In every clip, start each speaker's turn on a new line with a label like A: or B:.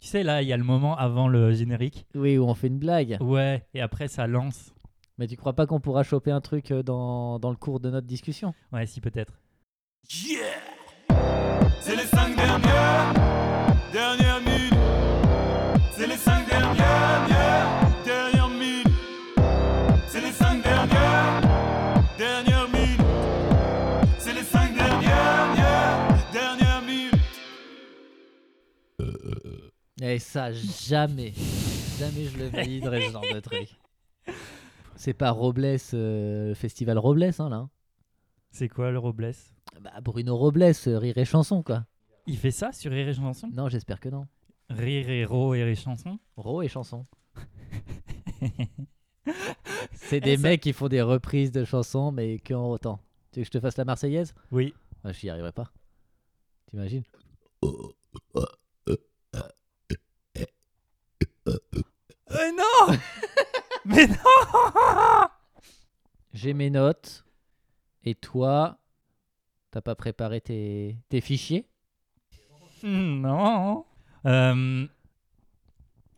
A: Tu sais, là, il y a le moment avant le générique.
B: Oui, où on fait une blague.
A: Ouais, et après, ça lance.
B: Mais tu crois pas qu'on pourra choper un truc euh, dans, dans le cours de notre discussion
A: Ouais, si, peut-être.
C: Yeah C'est les cinq dernières, dernières minutes. C'est les cinq dernières, dernières, dernières minutes. C'est les cinq dernières, dernières minutes. C'est les cinq dernières, dernières, dernières minutes.
B: Et Eh, ça, jamais. jamais je le validerai, ce genre de truc. C'est pas Robles, euh, le festival Robles, hein, là. hein.
A: C'est quoi le Robles
B: Bah, Bruno Robles, euh, rire et chanson, quoi.
A: Il fait ça sur Rire et Chanson
B: Non, j'espère que non.
A: Rire et ro et Rire et Chanson
B: Ro et chanson. C'est des mecs qui font des reprises de chansons, mais que en autant. Tu veux que je te fasse la Marseillaise
A: Oui.
B: Moi, je n'y arriverai pas. T'imagines
A: Mais non Mais non
B: J'ai mes notes. Et toi, t'as pas préparé tes, tes fichiers
A: Non. Euh,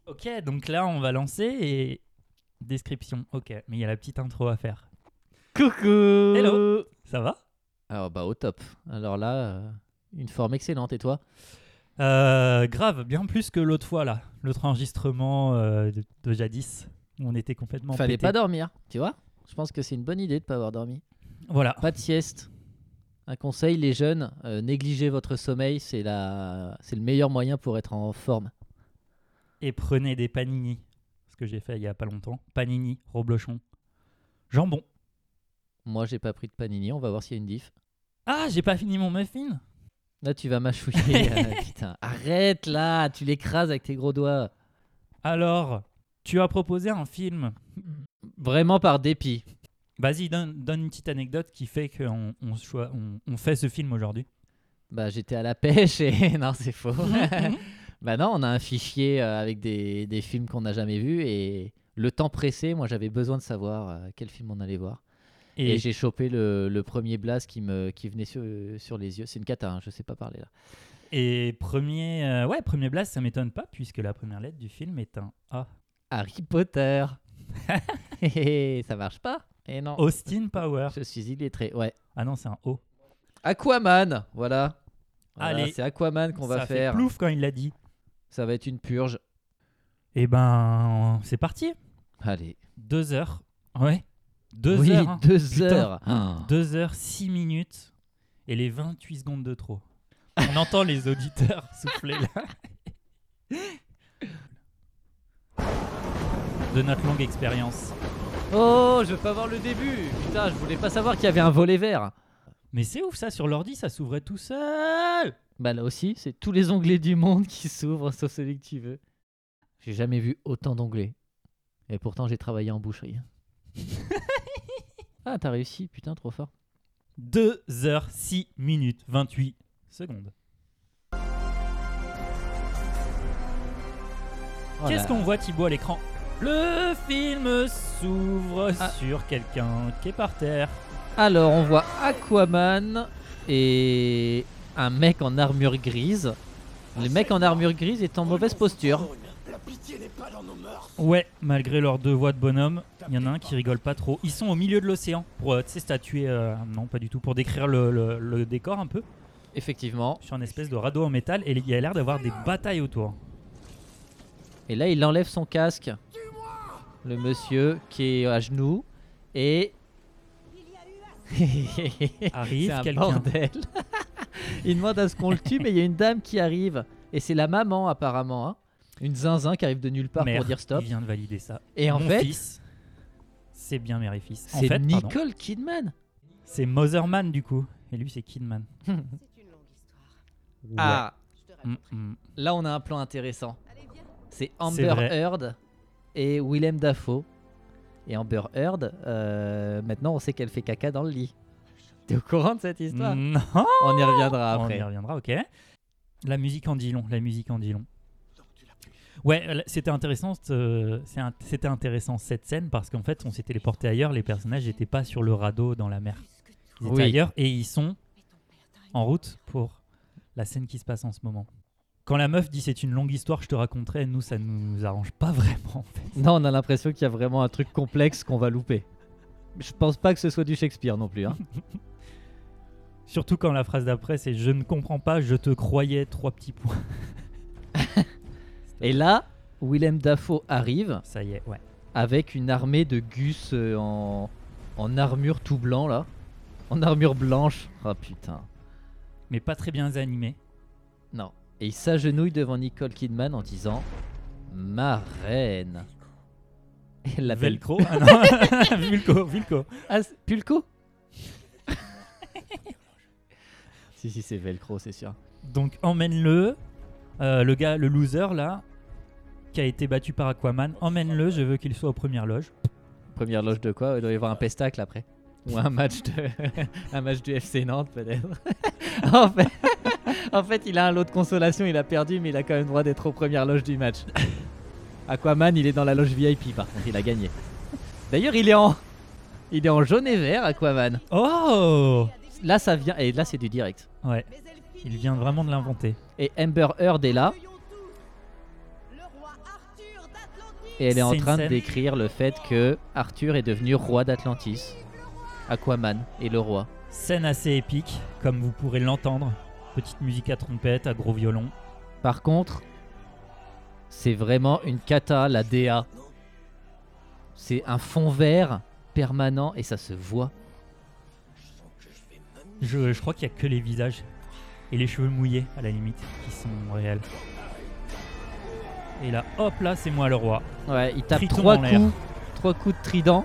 A: Ok, donc là, on va lancer et. Description, ok. Mais il y a la petite intro à faire.
B: Coucou
A: Hello. Ça va
B: Alors, bah, au top. Alors là, euh, une forme excellente. Et toi
A: Euh, Grave, bien plus que l'autre fois, là. L'autre enregistrement euh, de, de jadis. où On était complètement.
B: Fallait
A: pétés.
B: pas dormir, tu vois Je pense que c'est une bonne idée de pas avoir dormi.
A: Voilà.
B: Pas de sieste. Un conseil, les jeunes, euh, négligez votre sommeil, c'est la... c'est le meilleur moyen pour être en forme.
A: Et prenez des panini. Ce que j'ai fait il y a pas longtemps. Panini, reblochon. Jambon.
B: Moi, j'ai pas pris de panini, on va voir s'il y a une diff.
A: Ah, j'ai pas fini mon muffin
B: Là, tu vas mâchouiller. euh, putain, arrête là, tu l'écrases avec tes gros doigts.
A: Alors, tu as proposé un film.
B: Vraiment par dépit.
A: Vas-y, donne, donne une petite anecdote qui fait qu'on on se choi- on- on fait ce film aujourd'hui.
B: Bah, j'étais à la pêche et non, c'est faux. bah non, on a un fichier euh, avec des, des films qu'on n'a jamais vus et le temps pressé, moi, j'avais besoin de savoir euh, quel film on allait voir. Et,
A: Et,
B: j'ai chopé le, le premier blast qui, me, qui venait sur, sur les yeux. C'est une cata, hein, je sais pas parler là.
A: et premier, euh, ouais, premier blast, ça m'étonne pas puisque la première lettre du film est un A.
B: Harry Potter. Hé, hé, hé, ça marche pas Et non.
A: Austin Power.
B: Je suis illettré. Ouais.
A: Ah non, c'est un O.
B: Aquaman, voilà. Voilà,
A: Allez.
B: c'est Aquaman qu'on va
A: ça
B: faire.
A: Fait plouf quand il l'a dit.
B: Ça va être une purge.
A: Eh ben, c'est parti.
B: Allez.
A: Deux heures. Ouais. Deux
B: oui,
A: heures. hein.
B: deux
A: Putain.
B: heures. Ah.
A: Deux heures, six minutes et les 28 secondes de trop. On entend les auditeurs souffler là. De notre longue expérience.
B: Oh, je veux pas voir le début. Putain, je voulais pas savoir qu'il y avait un volet vert.
A: Mais c'est ouf ça, sur l'ordi ça s'ouvrait tout seul
B: Bah là aussi, c'est tous les onglets du monde qui s'ouvrent, sauf celui que tu veux. J'ai jamais vu autant d'onglets. Et pourtant, j'ai travaillé en boucherie. ah, t'as réussi, putain, trop fort.
A: 2 heures, 6 minutes, 28 secondes.
B: Oh
A: Qu'est-ce
B: là-
A: qu'on voit Thibaut à l'écran Le film s'ouvre
B: Ah.
A: sur quelqu'un qui est par terre.
B: Alors, on voit Aquaman et un mec en armure grise.
A: Ah,
B: Le mec en armure grise est
A: Oh,
B: en mauvaise posture.
A: Ouais, malgré leurs deux voix de bonhomme, il y en a un qui rigole pas trop. Ils sont au milieu de l'océan pour, euh, tu sais, statuer, euh, non pas du tout, pour décrire le, le- le décor un peu,
B: Effectivement.
A: sur une espèce de radeau en métal et il y a l'air d'avoir des batailles autour.
B: Et là, il enlève son casque. Le monsieur qui est à genoux. Et.
A: Arrive
B: C'est un
A: quelqu'un.
B: bordel. il demande à ce qu'on le tue, mais il y a une dame qui arrive. Et c'est la maman, apparemment. hein. Une zinzin qui arrive de nulle part
A: Mère,
B: pour dire stop.
A: Il vient de valider ça.
B: Et en
A: Mon
B: fait,
A: fils, c'est bien mère et fils. En
B: c'est
A: fait, pardon,
B: Nicole Kidman.
A: c'est Motherman du coup. Et lui, c'est Kidman.
D: C'est une longue histoire.
B: Ah,
D: Je te
A: Mm,
D: raconte.
A: mm.
B: là, on a un plan intéressant.
D: Allez, viens.
B: C'est
A: C'est
B: Amber
A: vrai.
B: Heard et Willem Dafoe. Et Amber Heard, euh, maintenant on sait qu'elle fait caca dans le lit. T'es au courant de cette histoire
A: Non
B: On y reviendra
A: On
B: après.
A: y reviendra, ok. La musique en dit long, la musique en dit long. Ouais, euh, c'était intéressant, ce- c'est un- c'était intéressant cette scène parce qu'en fait, on s'est téléporté ailleurs, les personnages n'étaient pas sur le radeau dans la mer.
D: Plus que tout.
A: Ils étaient
B: Oui.
A: ailleurs et ils sont
D: Mais ton père t'a
A: en route pour la scène qui se passe en ce moment. Quand la meuf dit c'est une longue histoire, je te raconterai, nous ça nous arrange pas vraiment. en fait.
B: Non, on a l'impression qu'il y a vraiment un truc complexe qu'on va louper. Je pense pas que ce soit du Shakespeare non plus. hein.
A: Surtout quand la phrase d'après c'est je ne comprends pas, je te croyais, trois petits points.
B: Et là, Willem Dafoe arrive
A: Ça y est, ouais.
B: avec une armée de gus euh, en, en armure tout blanc là. En armure blanche. Ah putain.
A: Mais pas très bien animé.
B: Non. Et il s'agenouille devant Nicole Kidman en disant Ma reine. Elle l'appelle
A: Velcro ah, non. Vulco, Vulco.
B: Ah, c'est- Pulco Si, si, c'est Velcro, c'est sûr.
A: Donc emmène-le, Euh, le gars, le loser là, qui a été battu par Aquaman, emmène-le, je veux qu'il soit aux premières loges.
B: Première loge de quoi Il doit y avoir un pestacle après. Ou un match de un match du FC Nantes peut-être. en, fait... en fait, il a un lot de consolation, il a perdu, mais il a quand même droit d'être aux premières loges du match. Aquaman, il est dans la loge VIP par contre, il a gagné. D'ailleurs, il est en il est en jaune et vert, Aquaman.
A: Oh
B: Là, ça vient et là, c'est du direct.
A: Ouais,
D: Mais elle finit
A: il vient vraiment de l'inventer.
B: Et Amber Heard est là.
D: Accueillons tous. Le roi Arthur d'Atlantique.
B: Et elle est en
A: C'est une
B: train de
A: scène.
B: décrire le fait que Arthur est devenu roi d'Atlantis. Aquaman est le roi.
A: Scène assez épique, comme vous pourrez l'entendre. Petite musique à trompette, à gros violon.
B: Par contre, c'est vraiment une cata, la DA. C'est un fond vert permanent et ça se voit.
A: Je, je crois qu'il y a que les visages et les cheveux mouillés à la limite qui sont réels. Et là, hop là, c'est moi le roi.
B: Ouais, il tape
A: Triton
B: trois
A: en l'air.
B: coups, trois coups de trident.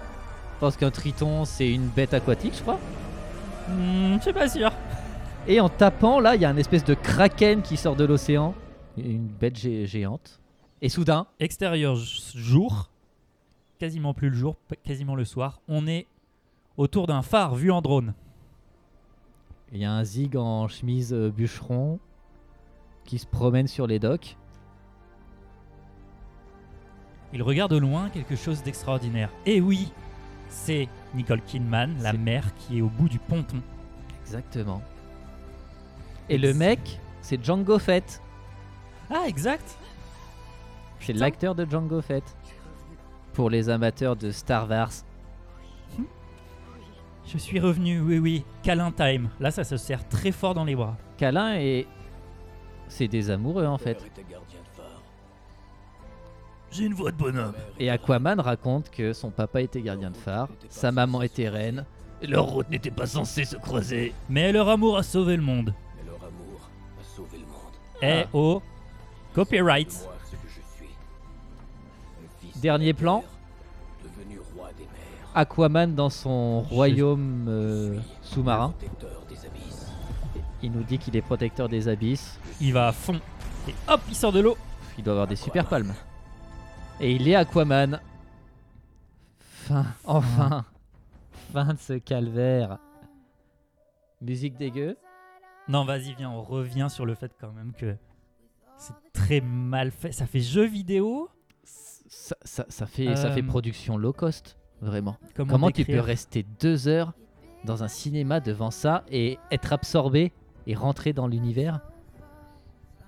B: Je pense qu'un triton, c'est une bête aquatique, je crois.
A: Hmm, je suis pas sûr.
B: Et en tapant, là, il y a un espèce de kraken qui sort de l'océan. Une bête gé- géante. Et soudain,
A: Extérieur j- jour, quasiment plus le jour, p- quasiment le soir. On est autour d'un phare vu en drone.
B: Il y a un zig en chemise euh, bûcheron qui se promène sur les docks.
A: Il regarde au loin quelque chose d'extraordinaire. Et oui, c'est Nicole Kidman, la
B: C'est-
A: mère qui est au bout du ponton.
B: Exactement. Et le mec, c'est Django Fett.
A: Ah, exact
B: C'est l'acteur de Django Fett. Pour les amateurs de Star Wars.
A: Je suis revenu, oui, oui. Câlin time. Là, ça se serre très fort dans les bras.
B: Câlin et. C'est des amoureux en fait.
A: J'ai une voix de bonhomme.
B: Et Aquaman raconte que son papa était gardien de phare, sa maman était reine.
A: Et leur route n'était pas censée se croiser. Mais leur amour a sauvé le monde.
E: Mais leur amour a sauvé le monde.
A: Eh oh Copyright.
E: Moi, ce que je suis. Le fils
B: Dernier
E: d'un
B: plan.
E: père, Devenu roi des mers.
B: Aquaman dans son royaume euh, sous-marin.
E: Protecteur des abysses.
B: Il nous dit qu'il est protecteur des abysses.
A: Il va à fond. Et hop, il sort de l'eau.
B: Il doit avoir des super palmes. Et il est Aquaman. Fin, enfin. Fin de ce calvaire. Musique dégueu.
A: Non, vas-y, viens, on revient sur le fait quand même que c'est très mal fait. Ça fait jeu vidéo
B: Ça, ça- ça fait, ça
A: Euh,
B: fait production low cost, vraiment.
A: Comment,
B: Comment tu peux
A: décrire
B: rester deux heures dans un cinéma devant ça et être absorbé et rentrer dans l'univers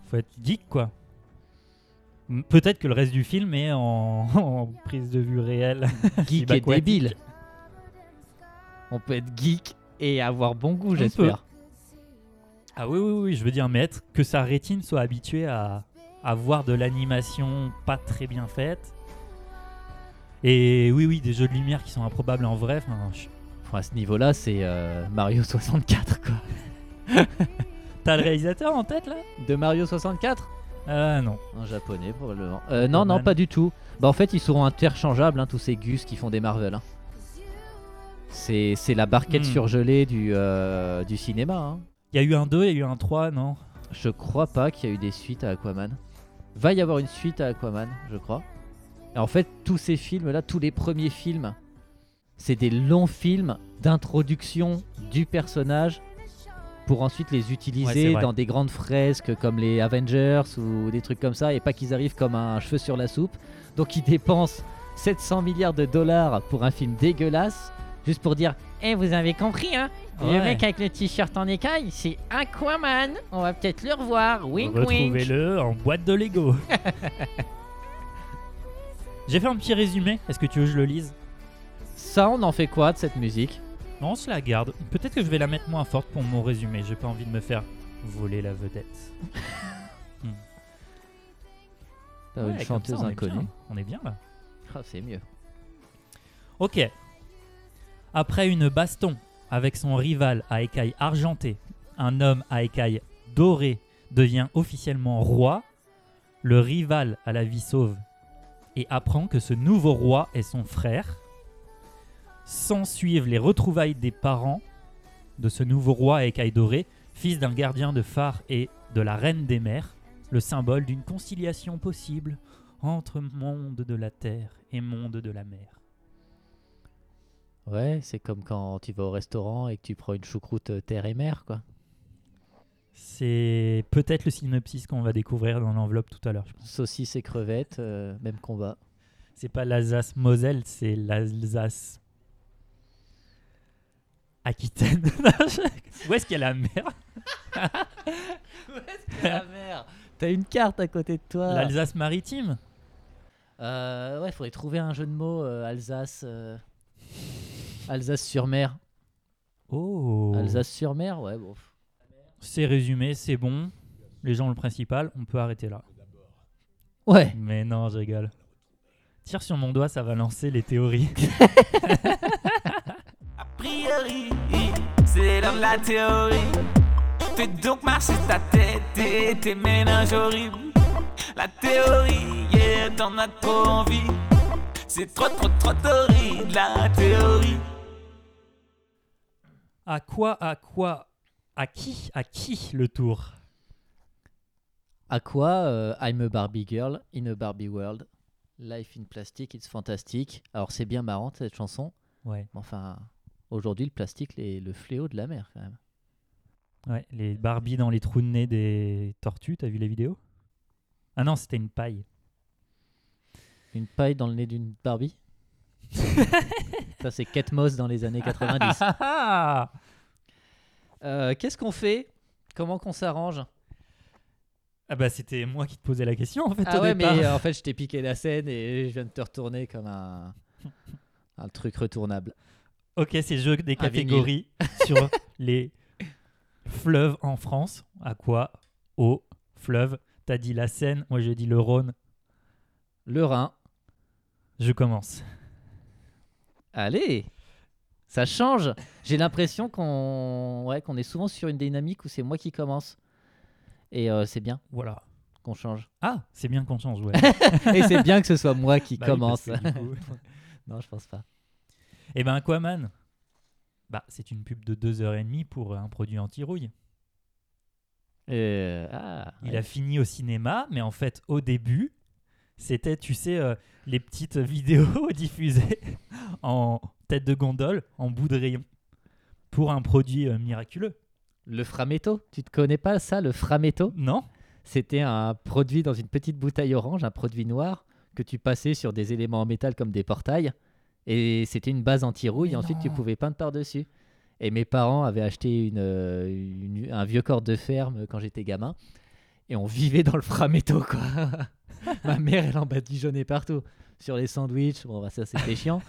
A: Faut être geek, quoi. M- Peut-être que le reste du film est en, en prise de vue réelle.
B: Geek et
A: Subaquatique.
B: débile. On peut être geek et avoir bon goût,
A: peut.
B: j'espère.
A: Ah oui, oui, oui, je veux dire, mais être que sa rétine soit habituée à, à voir de l'animation pas très bien faite. Et oui, oui, des jeux de lumière qui sont improbables en vrai. Enfin, je-
B: Enfin, à ce niveau-là, c'est euh, Mario 64, quoi.
A: T'as le réalisateur en tête là
B: De Mario 64
A: Ah non.
B: En japonais probablement. Euh, non, non,
A: Batman.
B: pas du tout. Bah en fait, ils seront interchangeables, hein, tous ces gus qui font des Marvel. hein. C'est c'est la barquette
A: Hmm.
B: surgelée du, euh, du cinéma. hein.
A: Il y a eu un 2, il y a eu un 3, non
B: Je crois pas qu'il y a eu des suites à Aquaman. Va y avoir une suite à Aquaman, je crois. Et en fait, tous ces films-là, tous les premiers films, c'est des longs films d'introduction du personnage pour ensuite les
A: Ouais,
B: utiliser
A: c'est vrai.
B: dans des grandes fresques comme les Avengers ou des trucs comme ça et pas qu'ils arrivent comme un cheveu sur la soupe. Donc ils dépensent 700 milliards de dollars pour un film dégueulasse Juste pour dire, eh, vous avez compris, hein Le
A: Ouais.
B: mec avec le t-shirt en écaille, c'est Aquaman. On va peut-être le revoir. Wink wink.
A: Retrouvez-le en boîte de Lego. J'ai fait un petit résumé. Est-ce que tu veux que je le lise
B: Ça, on en fait quoi de cette musique
A: Non, on se la garde. Peut-être que je vais la mettre moins forte pour mon résumé. J'ai pas envie de me faire voler la vedette.
B: Ah
A: Ouais,
B: Par Euh, Une
A: comme
B: chanteuse
A: ça, on est
B: inconnue.
A: bien. On est bien là.
B: Ah, c'est mieux.
A: Ok. Après une baston avec son rival à écailles argentées, un homme à écailles dorées devient officiellement roi, le rival à la vie sauve, et apprend que ce nouveau roi est son frère. S'en suivent les retrouvailles des parents de ce nouveau roi à écailles dorées, fils d'un gardien de phare et de la reine des mers, le symbole d'une conciliation possible entre monde de la terre et monde de la mer.
B: Ouais, c'est comme quand tu vas au restaurant et que tu prends une choucroute euh, terre et mer, quoi.
A: C'est peut-être le synopsis qu'on va découvrir dans l'enveloppe tout à l'heure. je pense.
B: Saucisse et crevettes, euh, même combat.
A: C'est pas l'Alsace-Moselle, c'est l'Alsace. Aquitaine. Non, je- Où est-ce qu'il y a la mer
B: la mer Ah, T'as une carte à côté de toi.
A: L'Alsace maritime
B: Euh, ouais, faudrait trouver un jeu de mots euh, Alsace. euh, Alsace sur mer.
A: Oh
B: Alsace sur mer, ouais, bon.
A: C'est résumé, c'est bon. Les gens ont le principal, on peut arrêter là.
B: Ouais.
A: Mais non, je rigole. Tire sur mon doigt, ça va lancer les théories.
C: A priori, c'est l'heure de la théorie. Fais donc marcher ta tête et tes méninges horribles. La théorie, yeah, t'en as trop envie. C'est trop, trop, trop torride, la théorie.
A: À quoi, à quoi, à qui, à qui le tour
B: À quoi euh, I'm a Barbie girl in a Barbie world. Life in plastic, it's fantastic. Alors c'est bien marrant cette chanson,
A: Ouais.
B: mais enfin aujourd'hui le plastique est le fléau de la mer quand même.
A: Ouais, les Barbies dans les trous de nez des tortues, t'as vu la vidéo Ah non, c'était une paille.
B: Une paille dans le nez d'une Barbie. Ça c'est Kate Moss dans les années 90. ah Euh, Qu'est-ce qu'on fait Comment qu'on s'arrange
A: Ah bah c'était moi qui te posais la question en fait
B: Ah
A: au
B: ouais,
A: départ.
B: mais euh, en fait je t'ai piqué la scène et je viens de te retourner comme un, un truc retournable.
A: Ok, c'est le jeu des
B: Un vinyle.
A: catégories sur les fleuves en France. À quoi Eau, fleuve. T'as dit la Seine, moi je dis le Rhône.
B: Le Rhin.
A: Je commence.
B: Allez Ça change J'ai l'impression qu'on ouais, qu'on est souvent sur une dynamique où c'est moi qui commence. Et euh, c'est bien
A: Voilà.
B: qu'on change.
A: Ah, c'est bien qu'on change, ouais.
B: Et c'est bien que ce soit moi qui
A: Bah oui, parce
B: commence.
A: que du coup-
B: non, je pense pas.
A: Eh ben Aquaman, bah, c'est une pub de 2h30 pour un produit anti-rouille.
B: Euh, ah,
A: Il
B: ouais.
A: a fini au cinéma, mais en fait, au début, c'était, tu sais, euh, les petites vidéos diffusées en tête de gondole, en bout de rayon, pour un produit euh, miraculeux.
B: Le Frametto, tu te connais pas ça, le Frametto
A: Non
B: C'était un produit dans une petite bouteille orange, un produit noir, que tu passais sur des éléments en métal comme des portails. Et c'était une base anti-rouille,
A: Mais
B: ensuite tu
A: non.
B: pouvais peindre par-dessus. Et mes parents avaient acheté une, euh, une- un vieux corps de ferme quand j'étais gamin. Et on vivait dans le frametto, quoi. Ma mère, elle en badigeonnait partout. Sur les sandwichs, bon, bah, ça c'était chiant.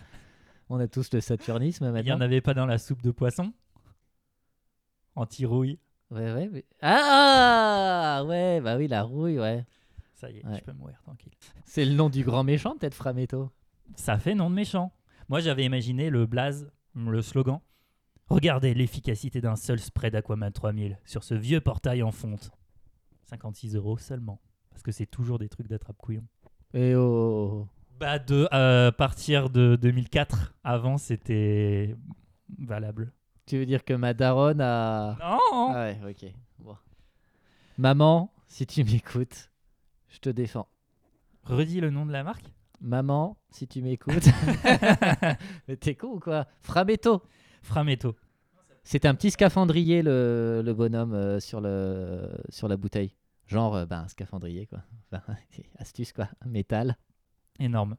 B: On a tous le saturnisme
A: Il n'y
B: maintenant.
A: en avait pas dans la soupe de poisson Anti-rouille.
B: Ouais, ouais. mais- Ah Ouais, bah oui, la rouille, ouais.
A: Ça y est,
B: Ouais.
A: je peux mourir tranquille.
B: C'est le nom du grand méchant, peut-être, frametto.
A: Ça fait nom de méchant. Moi, j'avais imaginé le blaze, le slogan. Regardez l'efficacité d'un seul spray d'Aquaman 3000 sur ce vieux portail en fonte. 56 euros seulement. Parce que c'est toujours des trucs d'attrape-couillon.
B: Et oh.
A: Bah de euh, partir de 2004, avant c'était valable.
B: Tu veux dire que ma daronne a.
A: Non.
B: Ah ouais, ok. Bon. Maman, si tu m'écoutes, je te défends.
A: Redis le nom de la marque.
B: Maman, si tu m'écoutes. Mais t'es con ou quoi Frametto
A: Frametto.
B: C'était un petit scaphandrier, le, le bonhomme, euh, sur, le, sur la bouteille. Genre, euh, ben, un scaphandrier, quoi. Enfin, astuce, quoi. Métal.
A: Énorme.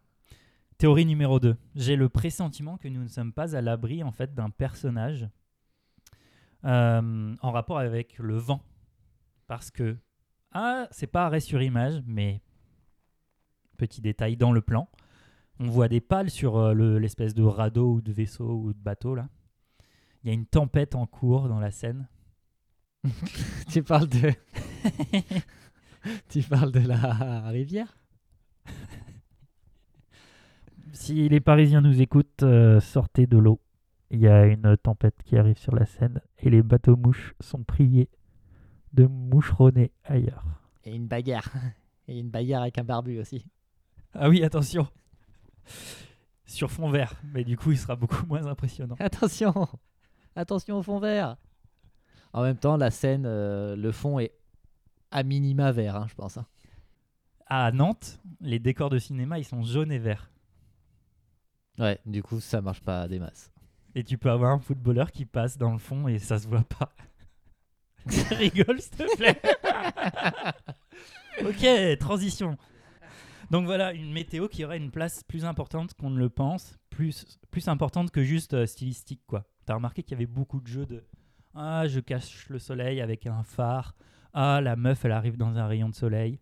A: Théorie numéro 2. J'ai le pressentiment que nous ne sommes pas à l'abri en fait d'un personnage euh, en rapport avec le vent. Parce que, ah, c'est pas arrêt sur image, mais petit détail dans le plan, on voit des pales sur euh, le- l'espèce de radeau ou de vaisseau ou de bateau là. Il y a une tempête en cours dans la scène.
B: tu parles de. tu parles de la rivière
A: Si les Parisiens nous écoutent, euh, sortez de l'eau. Il y a une tempête qui arrive sur la Seine et les bateaux mouches sont priés de moucheronner ailleurs.
B: Et une bagarre. Et une bagarre avec un barbu aussi.
A: Ah oui, attention. Sur fond vert, mais du coup, il sera beaucoup moins impressionnant.
B: Attention Attention au fond vert En même temps, la scène, euh, le fond est à minima vert, hein, je pense. hein.
A: À Nantes, les décors de cinéma, ils sont jaunes et verts.
B: Ouais, du coup, ça marche pas des masses.
A: Et tu peux avoir un footballeur qui passe dans le fond et ça se voit pas. Rigole, s'il te plaît. ok, transition. Donc voilà, une météo qui aurait une place plus importante qu'on ne le pense, plus, plus importante que juste euh, stylistique, quoi. T'as remarqué qu'il y avait beaucoup de jeux de « Ah, je cache le soleil avec un phare. Ah, la meuf, elle arrive dans un rayon de soleil.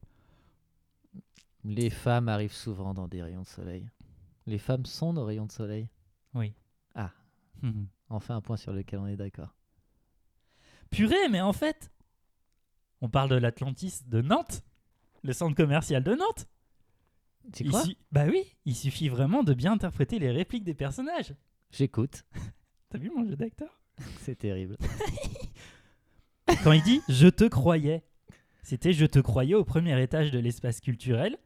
B: Les femmes arrivent souvent dans des rayons de soleil. Les femmes sont nos rayons de soleil.
A: Oui.
B: Ah.
A: Mhm.
B: Enfin, un point sur lequel on est d'accord.
A: Purée, mais en fait, on parle de l'Atlantis de Nantes, le centre commercial de Nantes.
B: C'est
A: Il
B: quoi
A: su- Bah oui, il suffit vraiment de bien interpréter les répliques des personnages.
B: J'écoute.
A: T'as vu mon jeu d'acteur
B: C'est terrible.
A: Quand il dit je te croyais, c'était je te croyais au premier étage de l'espace culturel,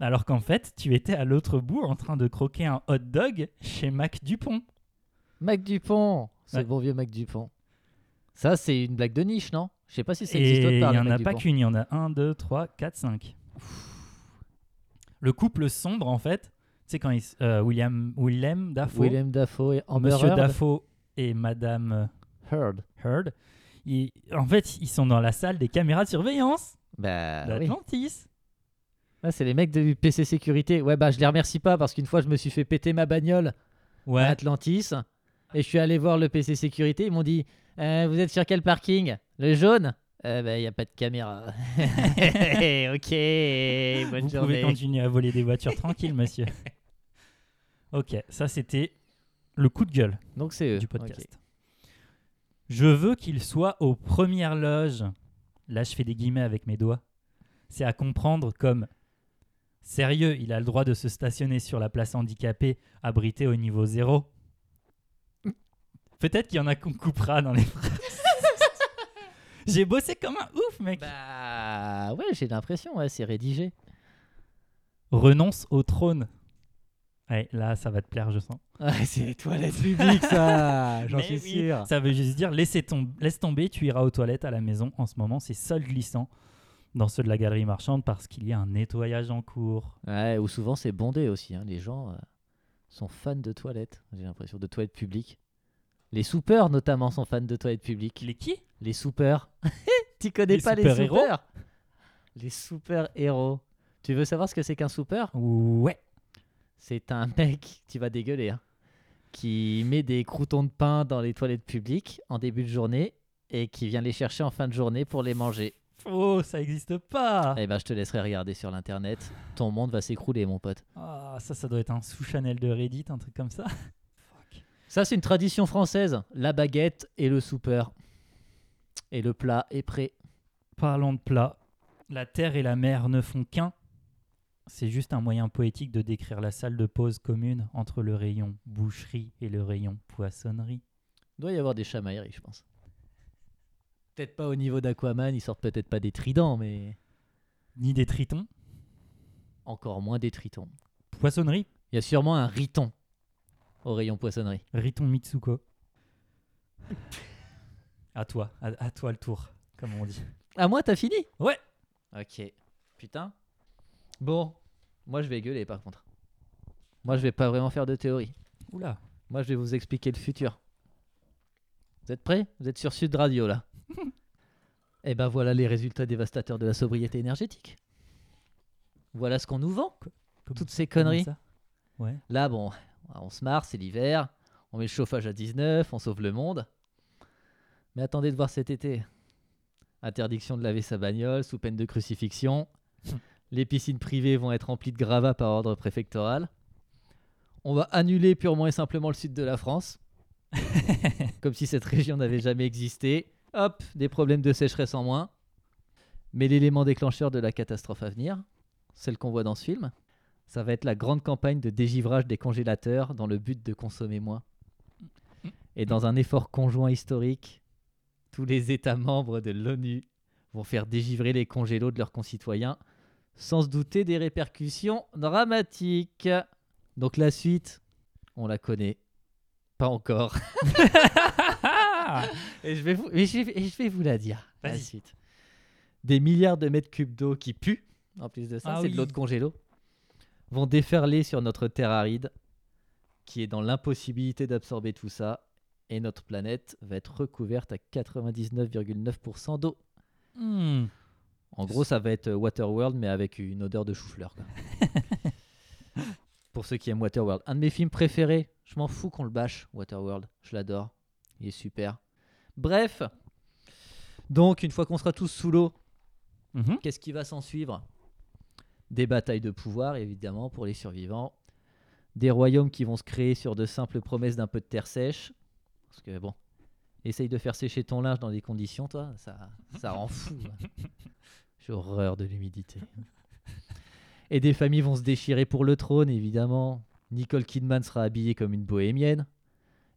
A: alors qu'en fait, tu étais à l'autre bout en train de croquer un hot dog chez Mac Dupont.
B: Mac Dupont Ce
A: Ouais.
B: bon vieux Mac Dupont. Ça, c'est une blague de niche, non Je sais pas si ça existe
A: Et il
B: autre part.
A: n'y
B: le
A: en a
B: Mac
A: pas
B: Dupont.
A: qu'une, il y en a 1, 2, 3, 4, 5. Le couple sombre, en fait, tu sais, quand il s- euh, William, Willem Dafoe,
B: Willem Dafoe et Amber
A: Monsieur
B: Heard.
A: Dafoe et Madame euh,
B: Heard.
A: Heard, ils- en fait, ils sont dans la salle des caméras de surveillance
B: Bah oui.
A: d'Atlantis.
B: Ouais, Ah, c'est les mecs de PC Sécurité. Ouais, bah je les remercie pas parce qu'une fois je me suis fait péter ma bagnole
A: Ouais,
B: à Atlantis et je suis allé voir le PC Sécurité. Ils m'ont dit Euh, Vous êtes sur quel parking Le jaune euh, Bah y a pas de caméra. ok, bonne
A: vous pouvez
B: journée.
A: continuer à voler des voitures tranquille, monsieur. Ok, ça c'était le coup de gueule
B: Donc c'est eux.
A: du podcast.
B: Ok.
A: Je veux qu'il soit aux premières loges. Là, je fais des guillemets avec mes doigts. C'est à comprendre comme sérieux, il a le droit de se stationner sur la place handicapée, abritée au niveau zéro. Peut-être qu'il y en a qu'on coupera dans les phrases. J'ai bossé comme un ouf, mec.
B: Bah ouais, j'ai l'impression, ouais, c'est rédigé.
A: renonce au trône. Ouais, là, ça va te plaire, je sens.
B: Ouais, c'est les toilettes publiques ça, j'en
A: Mais
B: suis
A: oui,
B: sûr.
A: Ça veut juste dire laissez tom- laisse tomber, tu iras aux toilettes à la maison. En ce moment, c'est sol glissant dans ceux de la galerie marchande parce qu'il y a un nettoyage en cours.
B: Ouais, ou souvent c'est bondé aussi. hein. Les gens euh, sont fans de toilettes, j'ai l'impression, de toilettes publiques. Les soupeurs notamment sont fans de toilettes publiques.
A: Les qui
B: Les soupeurs. tu connais
A: Les
B: pas les
A: super-héros
B: soupeurs Les super-héros. Tu veux savoir ce que c'est qu'un soupeur
A: Ouais.
B: C'est un mec, tu vas dégueuler, hein, qui met des croutons de pain dans les toilettes publiques en début de journée et qui vient les chercher en fin de journée pour les manger.
A: Oh, ça existe pas.
B: Eh ben, je te laisserai regarder sur l'internet. Ton monde va s'écrouler, mon pote.
A: Ah, ça, ça doit être un sous-channel de Reddit, un truc comme ça.
B: Ça, c'est une tradition française. La baguette et le soupeur. Et le plat est prêt.
A: Parlons de plat. La terre et la mer ne font qu'un. C'est juste un moyen poétique de décrire la salle de pause commune entre le rayon boucherie et le rayon poissonnerie.
B: Doit y avoir des chamailleries, je pense. Peut-être pas au niveau d'Aquaman, ils sortent peut-être pas des tridents, mais
A: Ni des tritons.
B: encore moins des tritons.
A: Poissonnerie,
B: Il y a sûrement un riton au rayon poissonnerie.
A: Riton Mitsuko. À toi, à, à toi le tour, comme on dit.
B: Ah, moi, t'as fini
A: Ouais.
B: Ok. Putain. Bon, moi, je vais gueuler, par contre. Moi, je vais pas vraiment faire de théorie.
A: Oula.
B: Moi, je vais vous expliquer le futur. Vous êtes prêts Vous êtes sur Sud Radio, là. Eh ben voilà les résultats dévastateurs de la sobriété énergétique. Voilà ce qu'on nous vend,
A: Comment-
B: toutes ces conneries.
A: comment ça Ouais.
B: Là, bon, on se marre, c'est l'hiver, on met le chauffage à 19, on sauve le monde. Mais attendez de voir cet été. Interdiction de laver sa bagnole sous peine de crucifixion. Les piscines privées vont être remplies de gravats par ordre préfectoral. On va annuler purement et simplement le sud de la France. Comme si cette région n'avait jamais existé. Hop, des problèmes de sécheresse en moins. Mais l'élément déclencheur de la catastrophe à venir, celle qu'on voit dans ce film, ça va être la grande campagne de dégivrage des congélateurs dans le but de consommer moins. Et dans un effort conjoint historique, tous les États membres de l'ONU vont faire dégivrer les congélos de leurs concitoyens, sans se douter des répercussions dramatiques. Donc la suite, on la connaît. Pas encore.
A: Ah
B: et, je vais vous, et je vais- et je vais vous la dire. La
A: Vas-y.
B: suite. Des milliards de mètres cubes d'eau qui puent, en plus de ça,
A: Ah
B: c'est de l'eau
A: oui.
B: de congélo, vont déferler sur notre terre aride, qui est dans l'impossibilité d'absorber tout ça, et notre planète va être recouverte à 99,9% d'eau.
A: Hmm.
B: En gros, ça va être euh, Waterworld, mais avec une odeur de chou-fleur. quoi. Pour ceux qui aiment Waterworld. Un de mes films préférés. Je m'en fous qu'on le bâche, Waterworld. Je l'adore. Il est super. Bref. Donc, une fois qu'on sera tous sous l'eau,
A: Mhm.
B: Qu'est-ce qui va s'en suivre Des batailles de pouvoir, évidemment, pour les survivants. Des royaumes qui vont se créer sur de simples promesses d'un peu de terre sèche. Parce que, bon, essaye de faire sécher ton linge dans des conditions, toi, ça, ça rend fou. hein. J'ai horreur de l'humidité. Et des familles vont se déchirer pour le trône, évidemment. Nicole Kidman sera habillée comme une bohémienne.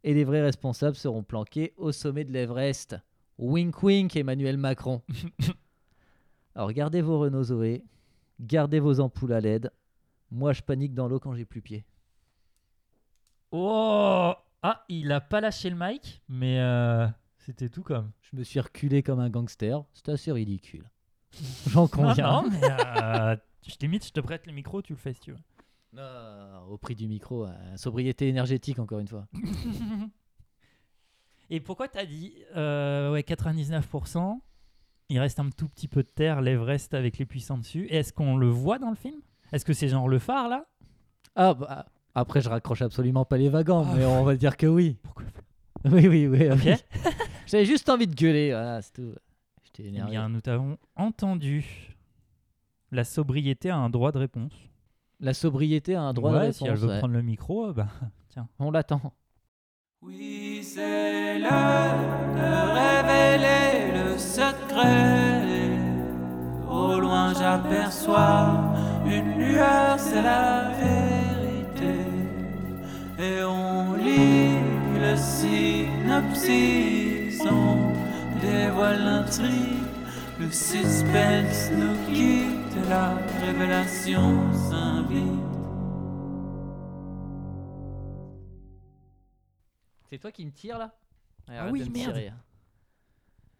B: Et les vrais responsables seront planqués au sommet de l'Everest. Wink wink, Emmanuel Macron. Alors gardez vos Renault Zoé, gardez vos ampoules à LED. Moi, je panique dans l'eau quand j'ai plus pied.
A: Oh Ah, il a pas lâché le mic, mais euh, c'était tout comme.
B: Je me suis reculé comme un gangster. C'est assez ridicule. J'en conviens.
A: Non, non, mais euh, je t'imite, je te prête le micro, tu le fais si tu veux.
B: Non, Ah, au prix du micro, euh, sobriété énergétique encore une fois.
A: Et pourquoi t'as dit euh, ouais, 99% Il reste un tout petit peu de terre, l'Everest avec les puissants dessus. Et Est-ce qu'on le voit dans le film Est-ce que c'est genre le phare là
B: Ah bah, après je raccroche absolument pas les wagons, mais on va dire que oui.
A: Pourquoi
B: Oui oui oui.
A: Ok.
B: oui. J'avais juste envie de gueuler, voilà, c'est tout. J'étais
A: Eh
B: énervé.
A: bien, nous t'avons entendu. La sobriété a un droit de réponse.
B: La sobriété a un droit
A: Ouais,
B: de
A: Si elle
B: réponse.
A: veut
B: ouais.
A: prendre le micro, euh, bah,
B: On l'attend.
F: Oui, c'est l'heure de révéler le secret. Au loin, j'aperçois une lueur, c'est la vérité. Et on lit le synopsis, on dévoile l'intrigue. Le suspense nous quitte, la révélation s'invite.
B: C'est toi qui me tire là Ouais,
A: Ah
B: arrête
A: oui,
B: de me
A: merde.
B: tirer.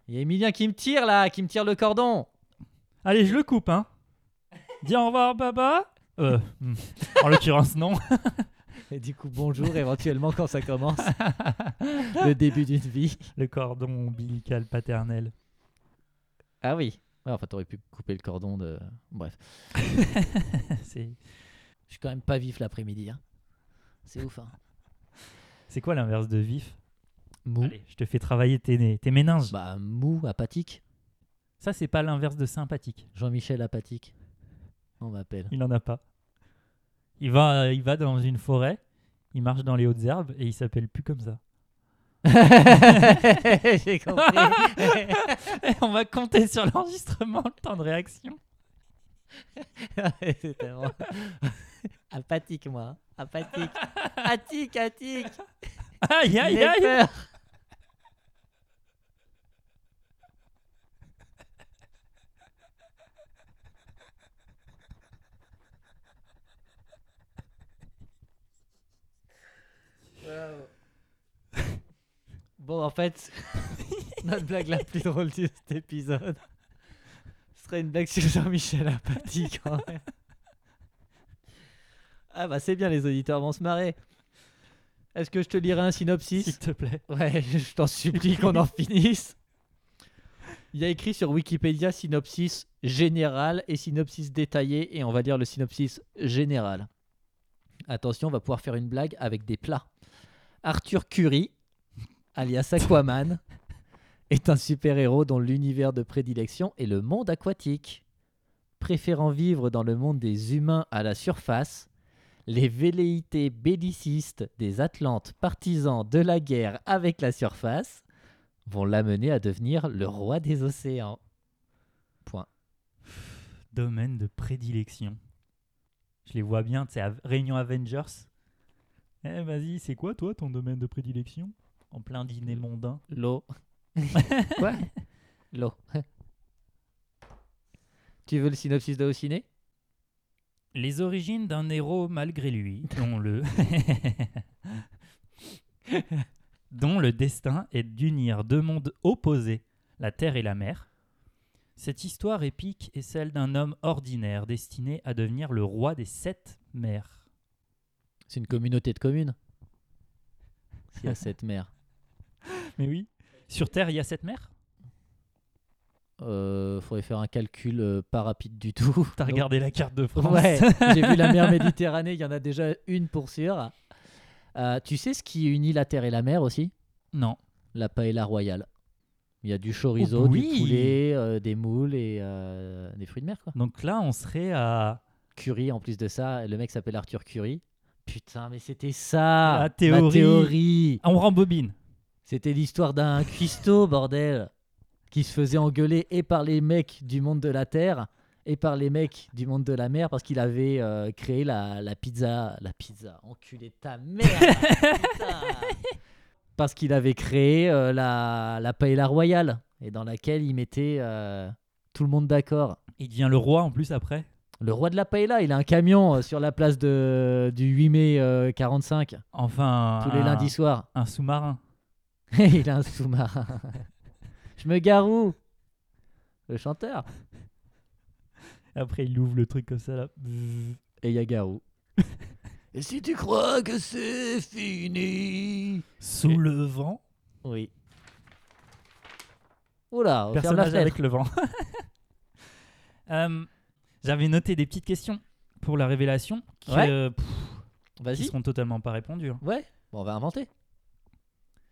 B: Il y a Emilien qui me tire là, qui me tire le cordon.
A: Allez, je le coupe, hein. Dis au revoir, Baba. Euh, hmm. en l'occurrence, non.
B: Et du coup, bonjour éventuellement quand ça commence. le début d'une vie.
A: Le cordon ombilical paternel.
B: Ah oui. Ouais, enfin, t'aurais pu couper le cordon de. Bref.
A: C'est
B: Je suis quand même pas vif l'après-midi. hein. C'est ouf. Hein.
A: c'est quoi l'inverse de vif
B: Mou.
A: Allez, je te fais travailler tes, nez- tes méninges.
B: Bah, mou, apathique.
A: Ça, c'est pas l'inverse de sympathique.
B: Jean-Michel apathique. On m'appelle.
A: Il en a pas. Il va, euh, il va dans une forêt, il marche dans les hautes herbes et il s'appelle plus comme ça.
B: J'ai compris.
A: Et on va compter sur l'enregistrement, le temps de réaction.
B: C'est tellement- apathique, moi. Apathique. Athique, athique.
A: Aïe, aïe,
B: J'ai
A: aïe
B: peur. Bon, en fait, notre blague la plus drôle de cet épisode ce serait une blague sur Jean-Michel Apathy quand même. Ah bah c'est bien, les auditeurs vont se marrer. Est-ce que je te lirai un synopsis
A: S'il te plaît.
B: Ouais, je t'en supplie qu'on en finisse. Il y a écrit sur Wikipédia synopsis général et synopsis détaillé, et on va lire le synopsis général. Attention, on va pouvoir faire une blague avec des plats. Arthur Curry, alias Aquaman, est un super-héros dont l'univers de prédilection est le monde aquatique. Préférant vivre dans le monde des humains à la surface, les velléités bellicistes des Atlantes partisans de la guerre avec la surface vont l'amener à devenir le roi des océans.
A: Domaine de prédilection. Je les vois bien, tu sais, à Réunion Avengers. Eh, vas-y, c'est quoi, toi, ton domaine de prédilection En plein dîner mondain.
B: L'eau. Quoi L'eau. tu veux le synopsis de Ciné
A: Les origines d'un héros malgré lui, dont le... dont le destin est d'unir deux mondes opposés, la terre et la mer. Cette histoire épique est celle d'un homme ordinaire destiné à devenir le roi des sept mers.
B: C'est une communauté de communes. S'il y a cette mer.
A: Mais oui. Sur Terre, il y a sept mers
B: Euh, faudrait faire un calcul euh, pas rapide du tout.
A: T'as
B: Donc,
A: regardé la carte de France
B: Ouais, j'ai vu la mer Méditerranée, il y en a déjà une pour sûr. Euh, tu sais ce qui unit la terre et la mer aussi
A: Non.
B: La paella royale. Il y a du chorizo,
A: Oh, oui.
B: du poulet, euh, des moules et euh, des fruits de mer quoi.
A: Donc là, on serait à
B: Curie en plus de ça, le mec s'appelle Arthur Curie. Putain, mais c'était ça
A: La
B: ma
A: théorie.
B: théorie.
A: Ah, On rembobine.
B: C'était l'histoire d'un cuistot, bordel, qui se faisait engueuler et par les mecs du monde de la terre et par les mecs du monde de la mer parce qu'il avait euh, créé la, la pizza. La pizza, enculé de ta mère putain. Parce qu'il avait créé euh, la, la paella royale et dans laquelle il mettait euh, tout le monde d'accord.
A: Il devient le roi en plus après.
B: Le roi de la paella, il a un camion euh, sur la place de, du 8 mai euh, 45,
A: Enfin.
B: tous les
A: un-
B: lundis soirs.
A: Un sous-marin.
B: il a un sous-marin. Je me garou Le chanteur.
A: Après, il ouvre le truc comme ça là. Bzzz.
B: Et il y a Garou. Et si tu crois que c'est fini
A: Sous le vent.
B: Oui. Oula, on ferme la
A: Personnage
B: fenêtre.
A: avec le vent. Euh, J'avais noté des petites questions pour la révélation qui,
B: Ouais.
A: euh, pff, qui
B: Vas-y.
A: seront totalement pas répondues. hein.
B: Ouais, bon, on va inventer.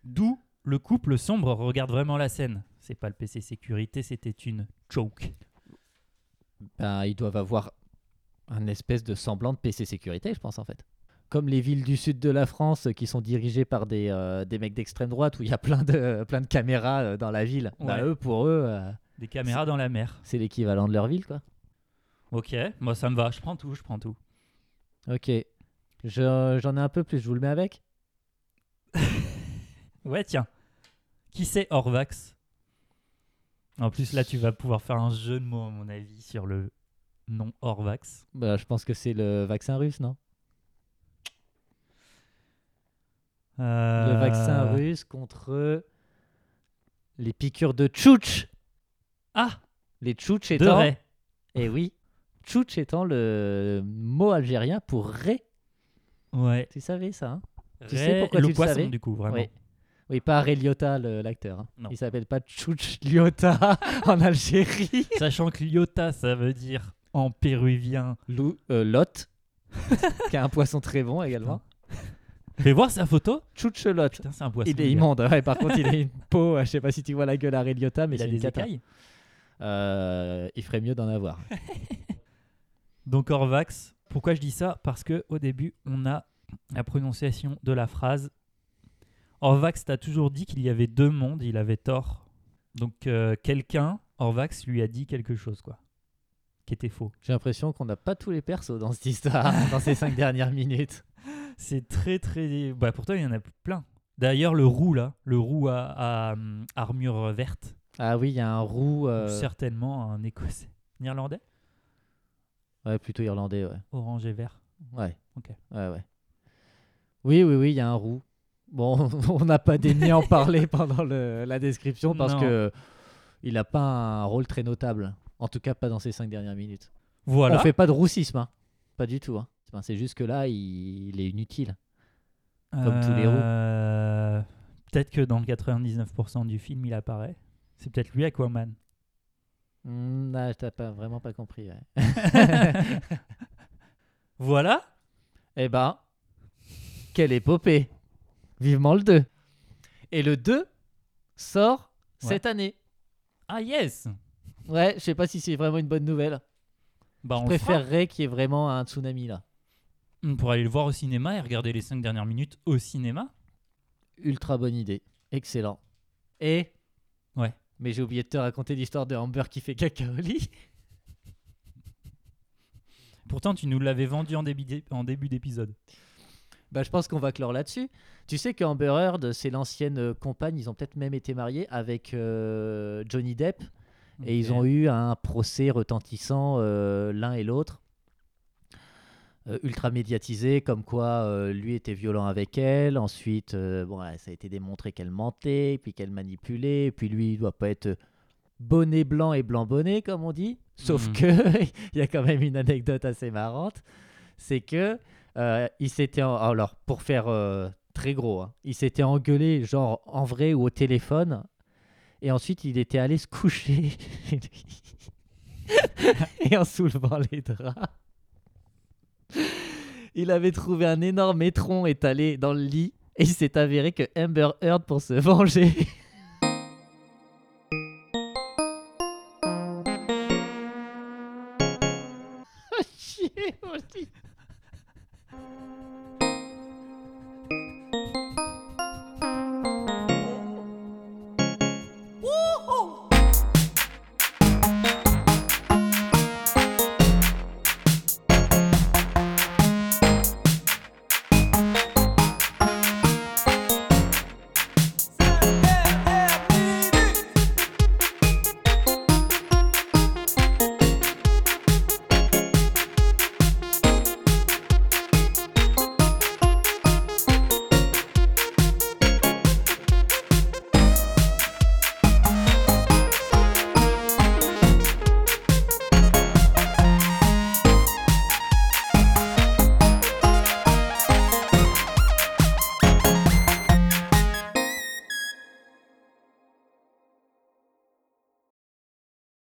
A: D'où le couple sombre regarde vraiment la scène. C'est pas le PC sécurité, c'était une joke.
B: Ben, ils doivent avoir un espèce de semblant de PC sécurité, je pense, en fait. Comme les villes du sud de la France euh, qui sont dirigées par des, euh, des mecs d'extrême droite où il y a plein de, plein de caméras euh, dans la ville. Ben,
A: Ouais.
B: eux, pour eux, euh,
A: Des caméras dans la mer.
B: c'est l'équivalent de leur ville, quoi.
A: Ok, moi ça me va, je prends tout, je prends tout.
B: Ok. Je- J'en ai un peu plus, je vous le mets avec
A: Ouais, tiens. Qui c'est Orvax En plus, là, tu vas pouvoir faire un jeu de mots, à mon avis, sur le nom Orvax.
B: Bah, Je pense que c'est le vaccin russe, non
A: Euh,
B: Le vaccin russe contre les piqûres de tchouch.
A: Ah
B: Les tchouch
A: De
B: étant...
A: Ray.
B: Eh oui. Tchouch étant le mot algérien pour ré.
A: Ouais.
B: Tu savais ça, hein Tu
A: Ray,
B: sais pourquoi
A: le
B: tu le
A: poisson,
B: savais
A: du coup, vraiment.
B: Oui. Oui, pas Ray Liotta, le- l'acteur. hein.
A: Non.
B: Il s'appelle pas Tchouch Liotta en Algérie.
A: Sachant que Lyota, ça veut dire en péruvien.
B: Lou, euh, Lot, qui a un poisson très bon également.
A: Fais voir sa photo
B: Tchouch Lot.
A: Putain, c'est un poisson.
B: Il
A: le
B: est
A: gars.
B: immonde. ouais, par contre, il a une peau. euh, Je sais pas si tu vois la gueule à Ray Liotta, mais
A: Il a
B: c'est une
A: des
B: cata.
A: écailles.
B: Euh, il ferait mieux d'en avoir.
A: Donc Orvax, pourquoi je dis ça Parce que au début, on a la prononciation de la phrase. Orvax t'a toujours dit qu'il y avait deux mondes, il avait tort. Donc euh, quelqu'un, Orvax, lui a dit quelque chose, quoi. Qui était faux.
B: J'ai l'impression qu'on n'a pas tous les persos dans cette histoire, dans ces cinq dernières minutes.
A: C'est très très... Bah pourtant, il y en a plein. D'ailleurs, le roux, là, le roux à, à, hum, armure verte,
B: Ah oui, il y a un roux. euh,
A: certainement un Écossais. Néerlandais
B: Ouais, plutôt irlandais, ouais.
A: Orange et vert.
B: Ouais.
A: Ok.
B: Ouais, ouais. Oui, oui, oui, il y a un roux. Bon, on n'a pas daigné en parler pendant le- la description parce
A: Non.
B: que il n'a pas un rôle très notable. En tout cas, pas dans ces cinq dernières minutes.
A: Voilà.
B: On fait pas de roussisme, hein. pas du tout. hein. Enfin, C'est juste que là, il, il est inutile. comme tous les roux.
A: Euh, Peut-être que dans 99% du film, il apparaît. C'est peut-être lui, Aquaman.
B: Hmm, ah, t'as pas vraiment pas compris. ouais.
A: Voilà.
B: Eh ben, Quelle épopée Vivement le 2. Et le 2 sort
A: Ouais.
B: cette année.
A: Ah yes
B: Ouais, je sais pas si c'est vraiment une bonne nouvelle.
A: bah,
B: Je
A: on le fera.
B: préférerais qu'il y ait vraiment un tsunami là.
A: On pourrait aller le voir au cinéma et regarder les 5 dernières minutes au cinéma.
B: Ultra bonne idée. Excellent. Et
A: Ouais.
B: Mais j'ai oublié de te raconter l'histoire de Amber qui fait caca au lit.
A: Pourtant, tu nous l'avais vendu en début d'é- en début d'épisode.
B: Bah, je pense qu'on va clore là-dessus. Tu sais qu'Amber Heard, c'est l'ancienne euh, compagne, ils ont peut-être même été mariés avec euh, Johnny Depp. Et ils ont eu un procès retentissant euh, l'un et l'autre, euh, ultra médiatisé, comme quoi euh, lui était violent avec elle. Ensuite, euh, bon, ouais, ça a été démontré qu'elle mentait, puis qu'elle manipulait, et puis lui, il doit pas être bonnet blanc et blanc bonnet, comme on dit. Sauf
A: Mhm.
B: que il y a quand même une anecdote assez marrante, c'est que euh, il s'était, en- alors pour faire euh, très gros, hein, il s'était engueulé genre en vrai ou au téléphone et ensuite, il était allé se coucher. chez lui. et en soulevant les draps, il avait trouvé un énorme étron étalé dans le lit. Et il s'est avéré que Amber Heard, pour se venger,